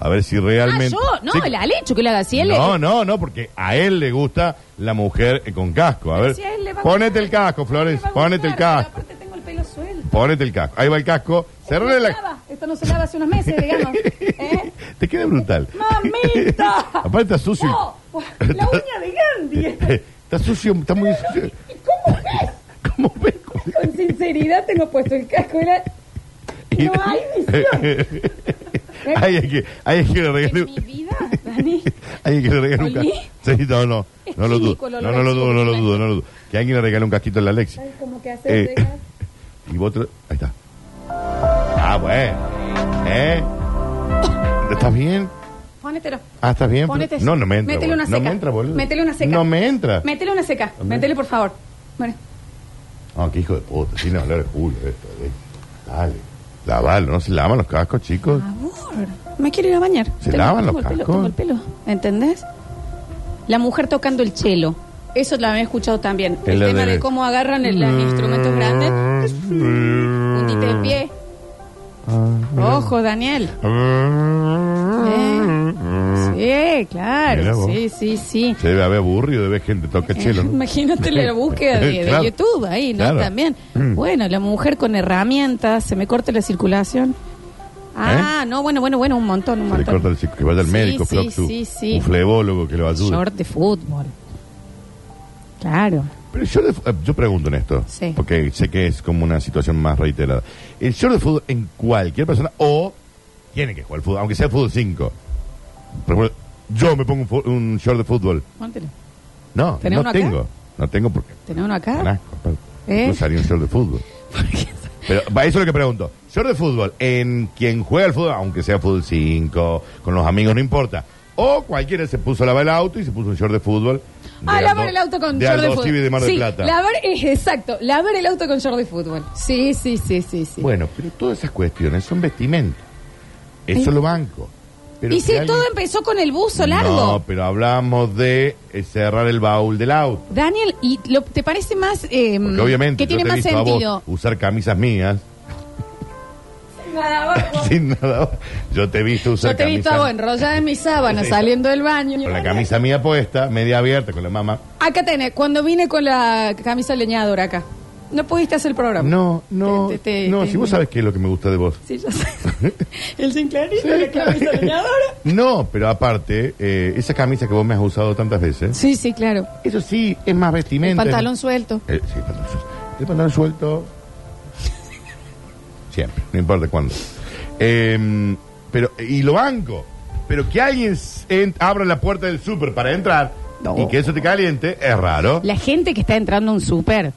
Speaker 2: A ver si realmente.
Speaker 1: Ah, yo, no,
Speaker 2: Sí.
Speaker 1: el Alechu que le haga, si él
Speaker 2: No, no, no, porque a él le gusta la mujer eh, con casco. A ver,
Speaker 1: si a él le va a
Speaker 2: ponete
Speaker 1: gustar,
Speaker 2: el casco, Flores,
Speaker 1: le va a
Speaker 2: ponete el
Speaker 1: gustar, pero
Speaker 2: casco,
Speaker 1: Aparte tengo el pelo suelto.
Speaker 2: ponete el casco. Ahí va el casco,
Speaker 1: Esto
Speaker 2: cerrale
Speaker 1: no se
Speaker 2: la...
Speaker 1: lava, Esto no se lava hace unos meses, digamos. ¿Eh?
Speaker 2: Te queda brutal.
Speaker 1: ¡Mamita!
Speaker 2: Aparte está sucio. y-
Speaker 1: Oh, la uña de Gandhi.
Speaker 2: está sucio, está muy sucio.
Speaker 1: ¿Cómo ves?
Speaker 2: ¿Cómo ves?
Speaker 1: Con sinceridad tengo puesto el casco y la... No hay visión.
Speaker 2: Ahí es que, ahí es que le regalé
Speaker 1: En
Speaker 2: un-
Speaker 1: mi vida,
Speaker 2: Eh.
Speaker 1: Dani.
Speaker 2: Alguien que le regale un
Speaker 1: ¿Olí?
Speaker 2: casquito. Sí, no, no.
Speaker 1: Es
Speaker 2: No lo
Speaker 1: químico
Speaker 2: dudo.
Speaker 1: el
Speaker 2: No,
Speaker 1: olor
Speaker 2: no lo
Speaker 1: a
Speaker 2: dudo,
Speaker 1: azúcar.
Speaker 2: no lo dudo, no lo dudo. Que alguien le regale un casquito a la Alexi.
Speaker 1: ¿Sabes cómo que hacer?
Speaker 2: Eh,
Speaker 1: Llegas,
Speaker 2: y vos te lo- Ahí está. Ah, bueno. ¿Eh? ¿Estás bien?
Speaker 1: Ponételo.
Speaker 2: Ah, ¿estás bien?
Speaker 1: Ponete
Speaker 2: no, no me entra.
Speaker 1: Métele
Speaker 2: boludo.
Speaker 1: una seca.
Speaker 2: No me entra, boludo.
Speaker 1: Métele una seca.
Speaker 2: No me entra.
Speaker 1: Métele una seca.
Speaker 2: Amén.
Speaker 1: Métele, por favor. Bueno.
Speaker 2: No, Ah, qué hijo de puta. Tiene olor de culo esto. eh. Dale. Lavalo. No se lavan los cascos, chicos.
Speaker 1: Ah, Amor, me quiero ir a bañar.
Speaker 2: ¿Se lavan los
Speaker 1: el pelo,
Speaker 2: cascos?
Speaker 1: tengo el pelo, ¿entendés? La mujer tocando el chelo. Eso la había escuchado también.
Speaker 2: El
Speaker 1: El, tema
Speaker 2: aderez.
Speaker 1: de cómo agarran el- los instrumentos grandes. Puntita de pie. Ojo, Daniel.
Speaker 2: Mm.
Speaker 1: Eh, Sí,
Speaker 2: Mira
Speaker 1: claro.
Speaker 2: vos.
Speaker 1: Sí, sí, sí.
Speaker 2: Se debe haber aburrido de ver gente toca
Speaker 1: Eh,
Speaker 2: chelo. ¿no?
Speaker 1: Imagínate la búsqueda de, de
Speaker 2: Claro.
Speaker 1: YouTube ahí, ¿no?
Speaker 2: Claro.
Speaker 1: También.
Speaker 2: Mm.
Speaker 1: Bueno, la mujer con herramientas, se me corta la circulación. Ah, no, bueno, bueno, bueno, un montón, un
Speaker 2: ¿Eh? Se le
Speaker 1: montón.
Speaker 2: corta el chico, que vaya al
Speaker 1: Sí,
Speaker 2: médico,
Speaker 1: sí,
Speaker 2: Floxu,
Speaker 1: sí, sí.
Speaker 2: un flebólogo que lo ayude.
Speaker 1: Short de fútbol. Claro.
Speaker 2: Pero el short de fu- eh, yo pregunto en esto,
Speaker 1: Sí.
Speaker 2: porque sé que es como una situación más reiterada. El short de fútbol en cualquier persona, o tiene que jugar al fútbol, aunque sea fútbol 5. Por ejemplo, yo me pongo un, fu- un short de fútbol.
Speaker 1: Póntelo.
Speaker 2: No,
Speaker 1: ¿Tenés
Speaker 2: no
Speaker 1: uno acá?
Speaker 2: tengo. No tengo porque...
Speaker 1: ¿Tenés uno
Speaker 2: un
Speaker 1: acá?
Speaker 2: asco, aparte.
Speaker 1: ¿Eh?
Speaker 2: No usaría un short de fútbol. Pero va, eso es lo que pregunto. Short de fútbol, en quien juega al fútbol, aunque sea fútbol 5, con los amigos, no importa. O cualquiera se puso a lavar el auto y se puso un short de fútbol.
Speaker 1: Ah,
Speaker 2: de
Speaker 1: lavar
Speaker 2: Aldo-
Speaker 1: el auto con
Speaker 2: de
Speaker 1: short de
Speaker 2: Aldo
Speaker 1: fútbol.
Speaker 2: Civi de Mar del
Speaker 1: sí,
Speaker 2: Plata.
Speaker 1: lavar, es, exacto, lavar el auto con short de fútbol. Sí, sí, sí, sí, sí.
Speaker 2: Bueno, pero todas esas cuestiones son vestimenta. Eso
Speaker 1: Eh.
Speaker 2: lo banco. Pero
Speaker 1: y si
Speaker 2: alguien-
Speaker 1: todo empezó con el buzo largo.
Speaker 2: No, pero hablamos de eh, cerrar el baúl del auto.
Speaker 1: Daniel, ¿y lo- te parece más eh,
Speaker 2: Porque obviamente
Speaker 1: que
Speaker 2: yo
Speaker 1: tiene
Speaker 2: te he
Speaker 1: más
Speaker 2: visto a vos
Speaker 1: sentido?
Speaker 2: usar camisas mías
Speaker 1: Nada, vos-
Speaker 2: sin nada. Yo te he visto usar
Speaker 1: Yo te he visto a vos
Speaker 2: camisas
Speaker 1: enrollada en mi sábana
Speaker 2: Sí.
Speaker 1: saliendo del baño.
Speaker 2: con la camisa mía puesta, media abierta con la mamá.
Speaker 1: Acá tenés, cuando vine con la camisa leñadora acá. No pudiste hacer el programa.
Speaker 2: No, no,
Speaker 1: Ah, Te- te- te-
Speaker 2: no,
Speaker 1: te-
Speaker 2: si vos sabes qué es lo que me gusta de vos.
Speaker 1: Sí, ya sé. El sinclarito, la camisa leñadora.
Speaker 2: No, pero aparte, eh, esa camisa que vos me has usado tantas veces,
Speaker 1: Sí, sí, claro.
Speaker 2: eso sí, es más
Speaker 1: El
Speaker 2: vestimenta.
Speaker 1: pantalón suelto.
Speaker 2: Eh, sí, pantalón suelto. El pantalón suelto. Siempre, no importa cuándo. Eh, pero, y lo banco. Pero que alguien s- en- abra la puerta del súper para entrar
Speaker 1: No.
Speaker 2: y que eso te caliente es raro.
Speaker 1: La gente que está entrando a un súper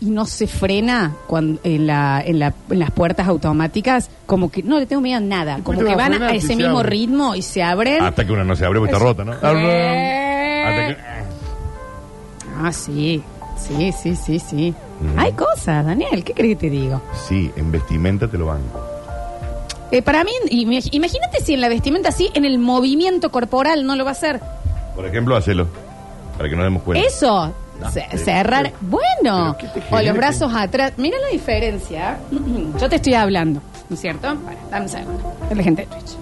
Speaker 1: y no se frena cuando, en, la, en, la- en las puertas automáticas, como que no le tengo miedo a nada.
Speaker 2: ¿Y por
Speaker 1: Como
Speaker 2: qué
Speaker 1: que
Speaker 2: te vas a
Speaker 1: van a
Speaker 2: frenar si
Speaker 1: ese
Speaker 2: se
Speaker 1: mismo
Speaker 2: abre? Ah,
Speaker 1: ritmo y se abren.
Speaker 2: Hasta que una no se abre porque está
Speaker 1: Eso.
Speaker 2: rota, ¿no?
Speaker 1: Eh.
Speaker 2: Hasta que-
Speaker 1: Ah, sí. Sí, sí, sí, sí. Hay cosas, Daniel, ¿qué crees que te digo?
Speaker 2: Sí, en vestimenta te lo banco.
Speaker 1: Eh, para mí, im- imagínate si en la vestimenta así, en el movimiento corporal no lo va a hacer.
Speaker 2: Por ejemplo, hacelo. Para que nos demos cuenta.
Speaker 1: Eso,
Speaker 2: No,
Speaker 1: ce-
Speaker 2: pero-
Speaker 1: cerrar.
Speaker 2: pero-
Speaker 1: bueno,
Speaker 2: pero ¿qué te
Speaker 1: o
Speaker 2: genera
Speaker 1: los brazos
Speaker 2: que-
Speaker 1: atrás. Mira la diferencia. Yo te estoy hablando, ¿no es cierto? Para, dame un segundo. Es la gente de Twitch.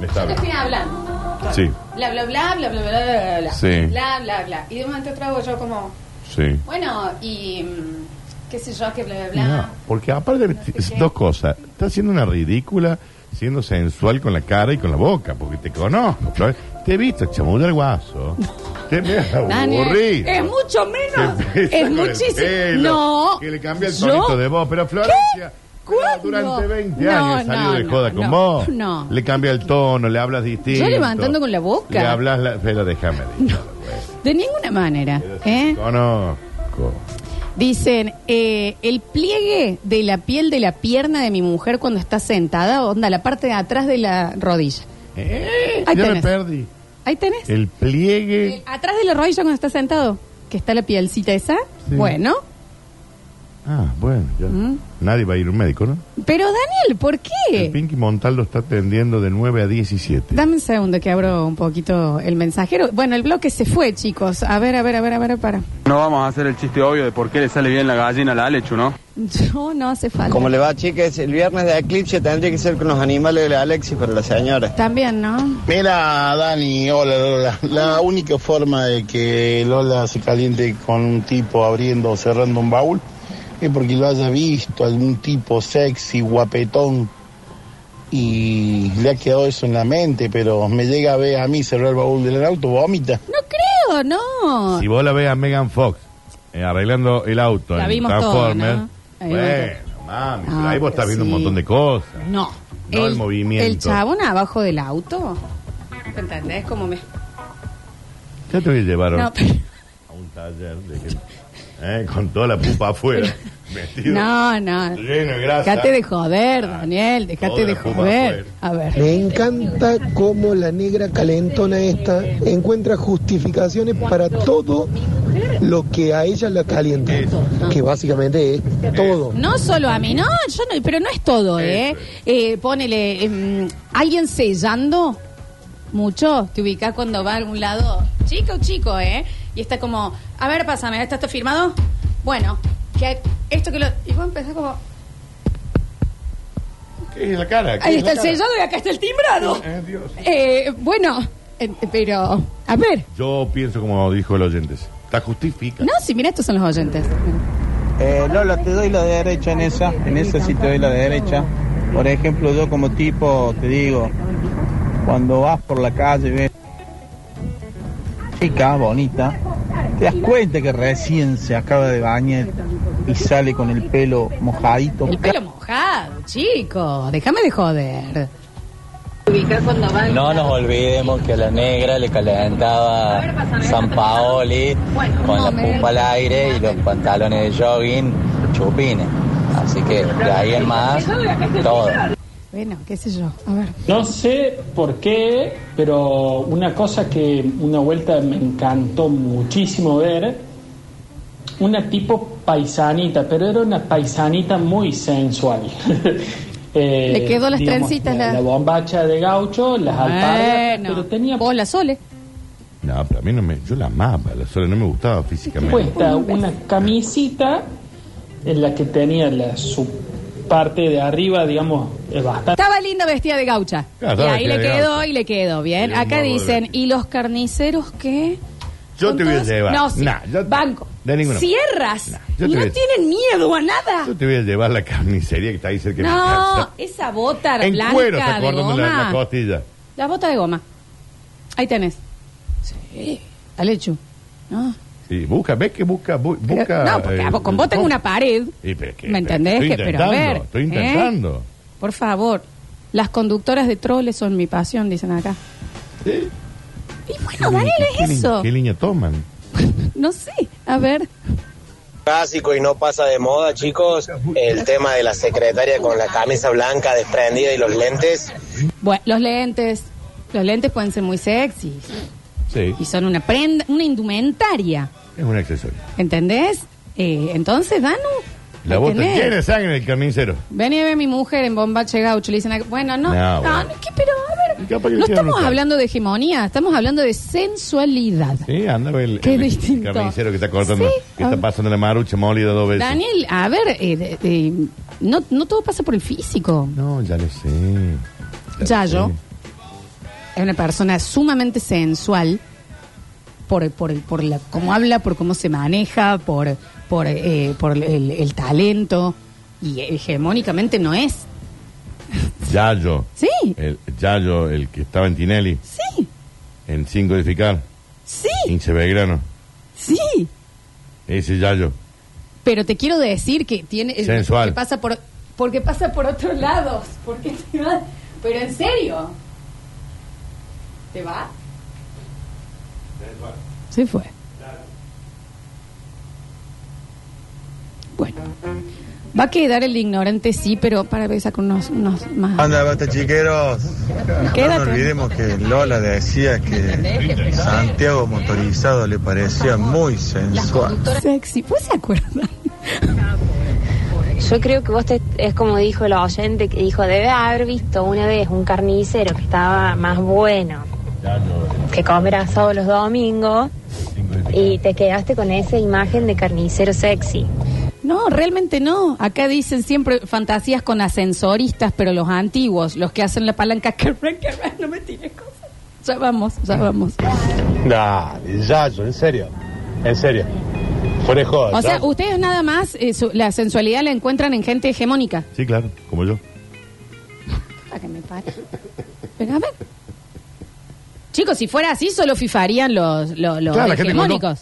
Speaker 2: Me está
Speaker 1: Yo te estoy
Speaker 2: hablando.
Speaker 1: hablando.
Speaker 2: Sí,
Speaker 1: Bla, bla, bla, bla, bla, bla, bla, bla.
Speaker 2: Sí.
Speaker 1: Bla, bla, bla. Y de un momento a otro hago yo como,
Speaker 2: sí.
Speaker 1: bueno, y mm, qué sé yo, que bla, bla, bla.
Speaker 2: No, porque aparte, es dos cosas. Estás haciendo una ridícula siendo sensual con la cara y con la boca, porque te conozco. Flor. Te he visto chamullar el guaso. Te me has
Speaker 1: Daniel,
Speaker 2: aburrido.
Speaker 1: es mucho menos.
Speaker 2: Te empieza
Speaker 1: Es
Speaker 2: con el
Speaker 1: muchísimo.
Speaker 2: pelo,
Speaker 1: No.
Speaker 2: Que le cambia el
Speaker 1: yo-
Speaker 2: tonito de voz. Pero Florencia,
Speaker 1: ¿Cuándo?
Speaker 2: durante 20
Speaker 1: No,
Speaker 2: años he salido
Speaker 1: no,
Speaker 2: de
Speaker 1: no,
Speaker 2: joda con
Speaker 1: no,
Speaker 2: vos.
Speaker 1: no.
Speaker 2: Le cambia el tono, le hablas distinto.
Speaker 1: levantando con la boca.
Speaker 2: Le hablas la. Pero déjame. No.
Speaker 1: De ninguna manera. ¿eh?
Speaker 2: Conozco.
Speaker 1: Dicen, eh, el pliegue de la piel de la pierna de mi mujer cuando está sentada, onda, la parte de atrás de la rodilla.
Speaker 2: Eh,
Speaker 1: Ahí
Speaker 2: ya me
Speaker 1: tenés.
Speaker 2: perdí.
Speaker 1: Ahí tenés.
Speaker 2: El pliegue.
Speaker 1: El- atrás de la rodilla cuando está sentado, que está la pielcita esa.
Speaker 2: Sí.
Speaker 1: Bueno,
Speaker 2: Ah, bueno, ya. Nadie va a ir a un médico, ¿no?
Speaker 1: pero Daniel, ¿por
Speaker 2: El
Speaker 1: ¿Mm? qué?
Speaker 2: Pinky Montaldo está atendiendo de 9 a 17.
Speaker 1: Dame un segundo que abro un poquito el mensajero. Bueno, el bloque se fue, chicos. A ver, a ver, a ver, a ver, para.
Speaker 5: No vamos a hacer el chiste obvio de por qué le sale bien la gallina a la Alechu, ¿no?
Speaker 1: Yo no hace falta.
Speaker 6: Como le va, chicas, el viernes de Eclipse tendría que ser con los animales de la Alexis para la señora.
Speaker 1: También, ¿no?
Speaker 7: Mira, Dani, hola Lola. La única forma de que Lola se caliente con un tipo abriendo o cerrando un baúl es porque lo haya visto algún tipo sexy, guapetón. Y le ha quedado eso en la mente, pero me llega a ver a mí cerrar el baúl del auto, vomita.
Speaker 1: No creo, no.
Speaker 2: Si vos la ves a Megan Fox eh, arreglando el auto
Speaker 1: La
Speaker 2: en
Speaker 1: vimos
Speaker 2: Transformers,
Speaker 1: todos, ¿no? Ahí
Speaker 2: bueno, mami, pero
Speaker 1: Ah,
Speaker 2: ahí vos
Speaker 1: pero
Speaker 2: estás viendo un
Speaker 1: sí.
Speaker 2: montón de cosas.
Speaker 1: No.
Speaker 2: No el movimiento.
Speaker 1: El chabón abajo del auto. ¿Entendés cómo me.?
Speaker 2: Ya te voy a llevar
Speaker 1: No,
Speaker 2: a- a un taller de gente, eh, con toda la pupa afuera, vestido
Speaker 1: no, no.
Speaker 2: lleno de grasa.
Speaker 1: Dejate de joder,
Speaker 2: Ah,
Speaker 1: Daniel. Dejate
Speaker 2: toda
Speaker 1: de
Speaker 2: la pupa
Speaker 1: joder. A ver.
Speaker 8: Me encanta cómo la negra calentona esta encuentra justificaciones para todo lo que a ella la calienta, que básicamente es todo.
Speaker 1: No solo a mí, no, yo no, pero no es todo, ¿eh?
Speaker 2: Eso
Speaker 1: Eh, ponele, em, alguien sellando mucho, te ubicás cuando va a algún lado, chico o chico, ¿eh? Y está como, a ver, pásame, ¿está esto firmado? Bueno, que esto que lo... Y vos empezás como,
Speaker 2: ¿Qué es la cara? ¿Qué
Speaker 1: ahí
Speaker 2: es la
Speaker 1: está el
Speaker 2: cara?
Speaker 1: sellado y acá está el timbrado.
Speaker 2: Eh, Dios.
Speaker 1: Eh, bueno, eh, pero, a ver,
Speaker 2: Yo pienso como dijo el oyente. Está justifica.
Speaker 1: no, si mira, estos son los oyentes.
Speaker 9: Eh, Lola, te doy la derecha en esa, en esa sí te doy la derecha. Por ejemplo, yo como tipo, te digo, cuando vas por la calle y ves chica bonita, te das cuenta que recién se acaba de bañar y sale con el pelo mojadito.
Speaker 1: El pelo mojado, chico, déjame de joder.
Speaker 9: No nos olvidemos que a la negra le calentaba San Paoli con la pupa al aire y los pantalones de jogging chupines. Así que de ahí en más, todo.
Speaker 1: Bueno, qué sé yo, a ver.
Speaker 10: No sé por qué, pero una cosa que una vuelta me encantó muchísimo ver, una tipo paisanita, pero era una paisanita muy sensual. Eh,
Speaker 1: Le quedó las
Speaker 10: digamos,
Speaker 1: trencitas, la-
Speaker 10: La, la bombacha de gaucho, las alpargatas,
Speaker 1: Bueno,
Speaker 10: pero tenía
Speaker 1: vos la sole.
Speaker 2: No, pero a mí no me. Yo la amaba, la sola no me gustaba físicamente.
Speaker 10: puesta una camisita en la que tenía la, su parte de arriba, digamos, eh, bastante...
Speaker 1: Estaba linda vestida de gaucha. y
Speaker 2: Ah, estaba
Speaker 1: ahí
Speaker 2: vestida
Speaker 1: le
Speaker 2: de
Speaker 1: quedó
Speaker 2: gaucha.
Speaker 1: y le quedó, bien.
Speaker 2: Y un
Speaker 1: Acá
Speaker 2: modo de
Speaker 1: dicen,
Speaker 2: vestir.
Speaker 1: ¿y los carniceros qué?
Speaker 2: Yo te voy a
Speaker 1: Entonces-
Speaker 2: llevar.
Speaker 1: No, sí.
Speaker 2: Nah, yo-
Speaker 1: Banco.
Speaker 2: de ninguna-
Speaker 1: Cierras.
Speaker 2: Nah,
Speaker 1: y
Speaker 2: yo
Speaker 1: no
Speaker 2: te voy a-
Speaker 1: tienen miedo a nada.
Speaker 2: Yo te voy a llevar la carnicería que está ahí cerca de mi
Speaker 1: No,
Speaker 2: casa.
Speaker 1: esa bota
Speaker 2: En
Speaker 1: blanca
Speaker 2: cuero está
Speaker 1: de
Speaker 2: cortando la,
Speaker 1: goma.
Speaker 2: la costilla.
Speaker 1: La bota de goma. Ahí tenés. Sí. Alechu. No.
Speaker 2: Sí, busca, ves que busca. bu-
Speaker 1: pero-
Speaker 2: busca
Speaker 1: no, porque
Speaker 2: eh,
Speaker 1: a- con vos tengo
Speaker 2: ¿cómo?
Speaker 1: una pared.
Speaker 2: Sí, pero es que-
Speaker 1: ¿Me entendés?
Speaker 2: estoy
Speaker 1: Que- pero a
Speaker 2: intentando,
Speaker 1: ver.
Speaker 2: Estoy
Speaker 1: ¿eh?
Speaker 2: intentando.
Speaker 1: Por favor. Las conductoras de troles son mi pasión, dicen acá.
Speaker 2: Sí.
Speaker 1: Y bueno, Ah, Daniel,
Speaker 2: ¿Qué
Speaker 1: es
Speaker 2: li-
Speaker 1: eso.
Speaker 2: ¿Qué línea toman?
Speaker 1: No sé. A ver.
Speaker 6: Clásico y no pasa de moda, chicos, el tema de la secretaria con la camisa blanca desprendida y los lentes.
Speaker 1: Bueno, los lentes. Los lentes pueden ser muy sexys.
Speaker 2: Sí.
Speaker 1: Y son una prenda, una indumentaria.
Speaker 2: Es un accesorio.
Speaker 1: ¿Entendés? Eh, entonces, Danu.
Speaker 2: La
Speaker 1: ahí
Speaker 2: bota
Speaker 1: tenés.
Speaker 2: tiene sangre en el carnicero.
Speaker 1: Vení a ver a mi mujer en bombache gaucho. Le dicen, acá, bueno, no.
Speaker 2: No,
Speaker 1: No,
Speaker 2: bueno.
Speaker 1: no, ¿qué? pero a
Speaker 2: Y
Speaker 1: ver.
Speaker 2: capaz que le
Speaker 1: No
Speaker 2: quieran
Speaker 1: estamos
Speaker 2: usar.
Speaker 1: hablando de hegemonía, estamos hablando de sensualidad.
Speaker 2: Sí, anda a ver el,
Speaker 1: Qué
Speaker 2: el
Speaker 1: distinto.
Speaker 2: carnicero que está cortando.
Speaker 1: Sí,
Speaker 2: Que
Speaker 1: a
Speaker 2: está
Speaker 1: ver.
Speaker 2: pasando la marucha molida dos veces.
Speaker 1: Daniel, a ver, eh, de- de- no, no todo pasa por el físico.
Speaker 2: No, ya lo sé.
Speaker 1: Yayo
Speaker 2: Sí.
Speaker 1: es una persona sumamente sensual por, por, por la, cómo habla, por cómo se maneja, por, por, eh, por el, el talento. Y hegemónicamente no es.
Speaker 2: Yayo.
Speaker 1: Sí,
Speaker 2: El Yayo, el que estaba en Tinelli,
Speaker 1: sí,
Speaker 2: en 5 edificar,
Speaker 1: sí,
Speaker 2: 15 Belgrano.
Speaker 1: sí.
Speaker 2: Ese Yayo.
Speaker 1: Pero te quiero decir que tiene. eh,
Speaker 2: Sensual.
Speaker 1: que pasa por, porque pasa por otros lados. Porque te va- Pero en serio. ¿Te va? Se fue. Bueno. Va a quedar el ignorante, sí, pero para ver, saca unos, unos más.
Speaker 11: Anda, basta chiqueros. No nos
Speaker 1: Quédate.
Speaker 11: olvidemos que Lola decía que Santiago motorizado le parecía muy sensual.
Speaker 1: Sexy. ¿Pues se acuerdan?
Speaker 12: Yo creo que vos te- es como dijo el oyente que dijo, debe haber visto una vez un carnicero que estaba más bueno, que comer asado los domingos, y te quedaste con esa imagen de carnicero sexy.
Speaker 1: No, realmente no. Acá dicen siempre fantasías con ascensoristas, pero los antiguos, los que hacen la palanca. que re, que re, No me tires cosas. Ya vamos, ya vamos.
Speaker 13: Dale, Yayo, en serio. En serio. Fuera de joda,
Speaker 1: O sea,
Speaker 13: Yayo.
Speaker 1: ustedes nada más eh, su- la sensualidad la encuentran en gente hegemónica.
Speaker 2: Sí, claro, como yo.
Speaker 1: Para que me pare. Pero a ver. Chicos, si fuera así, solo fifarían los, los, los
Speaker 2: Claro, la gente como
Speaker 1: hegemónicos.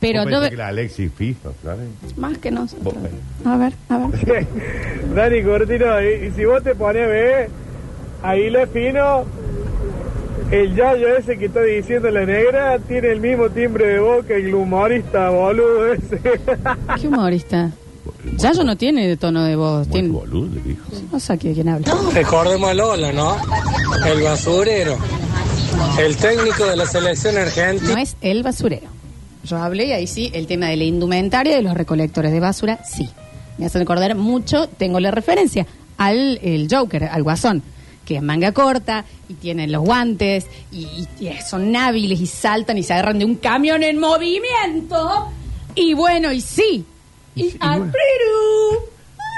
Speaker 1: Pero no
Speaker 2: Vos pensás
Speaker 1: ve-
Speaker 2: que la Alexis FIFA, Florencia.
Speaker 1: más que nosotros.
Speaker 2: Vos pensás.
Speaker 1: A ver, a ver.
Speaker 14: Dani Curtino, y, y si vos te pones, ve, ahí le fino, el yayo ese que está diciendo la negra tiene el mismo timbre de voz que el humorista, boludo ese.
Speaker 1: ¿Qué humorista? Yayo no tiene tono de voz. Tiene... No sé de quién habla.
Speaker 15: Recordemos a Lola, ¿no? El basurero. El técnico de la selección
Speaker 1: No
Speaker 15: argentina.
Speaker 1: es el basurero. Yo hablé y ahí sí, el tema de la indumentaria de los recolectores de basura, sí. Me hace recordar mucho, tengo la referencia, al el Joker, al Guasón, que es manga corta y tienen los guantes y, y- y son hábiles y saltan y se agarran de un camión en movimiento. Y bueno, y sí. Y, al Perú.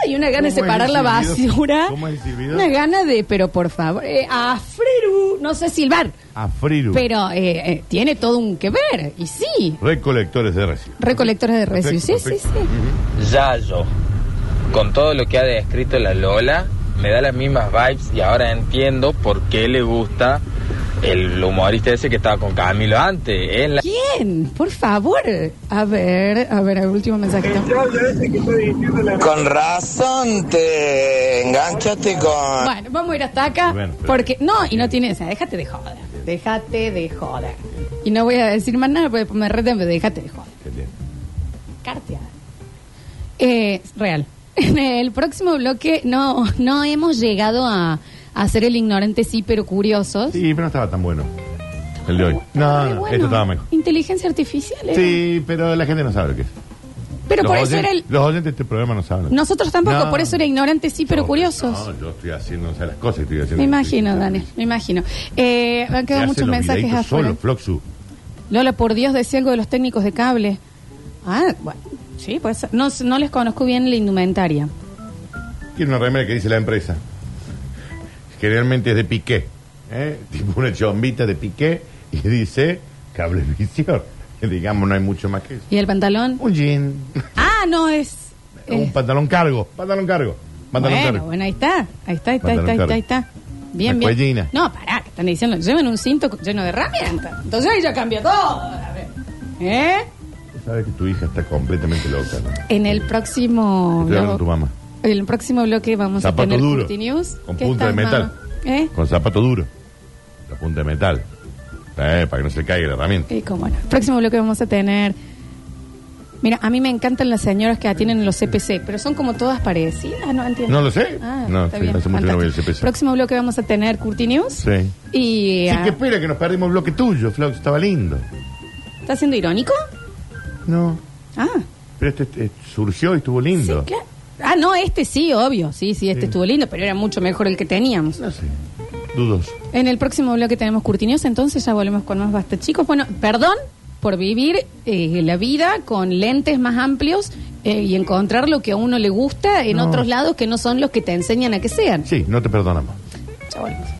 Speaker 1: Ay, una
Speaker 3: ¿Cómo
Speaker 1: gana de
Speaker 3: es
Speaker 1: separar
Speaker 3: el
Speaker 1: la
Speaker 3: silbido?
Speaker 1: basura.
Speaker 3: ¿Cómo es el silbido?
Speaker 1: Una gana de, pero por favor, eh, a Freru, no sé silbar.
Speaker 2: A Friru.
Speaker 1: Pero eh, eh, tiene todo un que ver, y sí,
Speaker 2: Recolectores de residuos.
Speaker 1: recolectores de residuos, sí, sí, sí.
Speaker 16: Yayo, con todo lo que ha descrito la Lola, me da las mismas vibes y ahora entiendo por qué le gusta el humorista ese que estaba con Camilo antes. Es la-
Speaker 1: ¿Quién? Por favor. A ver, a ver, el último mensajito.
Speaker 17: Con razón te enganchaste con...
Speaker 1: Bueno, vamos a ir hasta acá,
Speaker 17: Bueno, pero-
Speaker 1: porque, no, y no tiene, o sea, déjate de joder, déjate de joder. Y no voy a decir más nada, porque me reten, pero déjate de joder. Carteada. Eh, real. En el próximo bloque no, no hemos llegado a, a ser el ignorante, sí, pero curiosos.
Speaker 2: Sí, pero no estaba tan bueno. El de hoy. No, no,
Speaker 1: bueno.
Speaker 2: esto estaba mejor.
Speaker 1: Inteligencia artificial. era.
Speaker 2: Sí, pero la gente no sabe lo que es.
Speaker 1: Pero
Speaker 2: los
Speaker 1: por eso era
Speaker 2: oyen-
Speaker 1: el...
Speaker 2: Los oyentes de este programa no saben. lo que es.
Speaker 1: Nosotros tampoco,
Speaker 2: No,
Speaker 1: por eso era ignorante, sí, pero curiosos.
Speaker 2: No, yo estoy haciendo, o sea, las cosas que estoy haciendo.
Speaker 1: Me imagino, Dani, me imagino. Eh, han
Speaker 2: Me
Speaker 1: quedado
Speaker 2: hacen
Speaker 1: muchos
Speaker 2: los
Speaker 1: mensajes
Speaker 2: videitos
Speaker 1: afuera.
Speaker 2: Solo, Floxu.
Speaker 1: Lola, por Dios, decía algo de los técnicos de cable. Ah, bueno, sí, pues no, no les conozco bien la indumentaria.
Speaker 2: Quiero una remera que dice la empresa. Generalmente es de Piqué. ¿eh? Tipo una chombita de Piqué y dice cablevisión. Digamos, no hay mucho más que eso.
Speaker 1: ¿Y el pantalón?
Speaker 2: Un jean.
Speaker 1: Ah, no, es...
Speaker 2: Un pantalón cargo. Pantalón cargo. Pantalón
Speaker 1: Bueno,
Speaker 2: cargo.
Speaker 1: bueno, ahí está, ahí está, ahí está, ahí
Speaker 2: Pantalón
Speaker 1: está, ahí está,
Speaker 2: cargo.
Speaker 1: ahí está. Bien,
Speaker 2: Una
Speaker 1: bien.
Speaker 2: cuellina.
Speaker 1: No, pará, que están diciendo, lleven un cinto lleno de herramientas. Entonces ahí ya cambia todo. A ver. ¿Eh?
Speaker 2: Sabes que tu hija está completamente loca. ¿no? Estoy
Speaker 1: En el próximo...
Speaker 2: hablando de
Speaker 1: bloque-
Speaker 2: tu mamá.
Speaker 1: El próximo bloque vamos
Speaker 2: Zapato
Speaker 1: a tener
Speaker 2: duro,
Speaker 1: Curti News.
Speaker 2: con
Speaker 1: ¿Qué
Speaker 2: punta de
Speaker 1: estás,
Speaker 2: metal.
Speaker 1: mamá? ¿Eh?
Speaker 2: Con zapato duro. La punta de metal. Eh, para que no se le caiga la herramienta.
Speaker 1: Y cómo no. Próximo bloque vamos a tener. Mira, a mí me encantan las señoras que atienden los CPC, pero son como todas parecidas, no entiendo.
Speaker 2: No lo sé.
Speaker 1: Ah,
Speaker 2: no,
Speaker 1: está
Speaker 2: sí,
Speaker 1: bien.
Speaker 2: hace mucho que no voy al CPC.
Speaker 1: Próximo bloque vamos a tener Curti News.
Speaker 2: Sí.
Speaker 1: Y
Speaker 2: Sí,
Speaker 1: ah,
Speaker 2: que espera que nos perdimos el bloque tuyo, Flox. Estaba lindo.
Speaker 1: ¿está siendo irónico?
Speaker 2: No.
Speaker 1: Ah,
Speaker 2: Pero este, este, surgió y estuvo lindo.
Speaker 1: claro. Ah, no, este sí, obvio. Sí, sí, este
Speaker 2: Sí.
Speaker 1: estuvo lindo, pero era mucho mejor el que teníamos.
Speaker 2: Dudos.
Speaker 1: En el próximo bloque tenemos curtinios, entonces ya volvemos con más basta. Chicos, bueno, perdón por vivir eh, la vida con lentes más amplios eh, y encontrar lo que a uno le gusta en
Speaker 2: No.
Speaker 1: otros lados que no son los que te enseñan a que sean.
Speaker 2: Sí, no te perdonamos.
Speaker 1: Ya volvemos.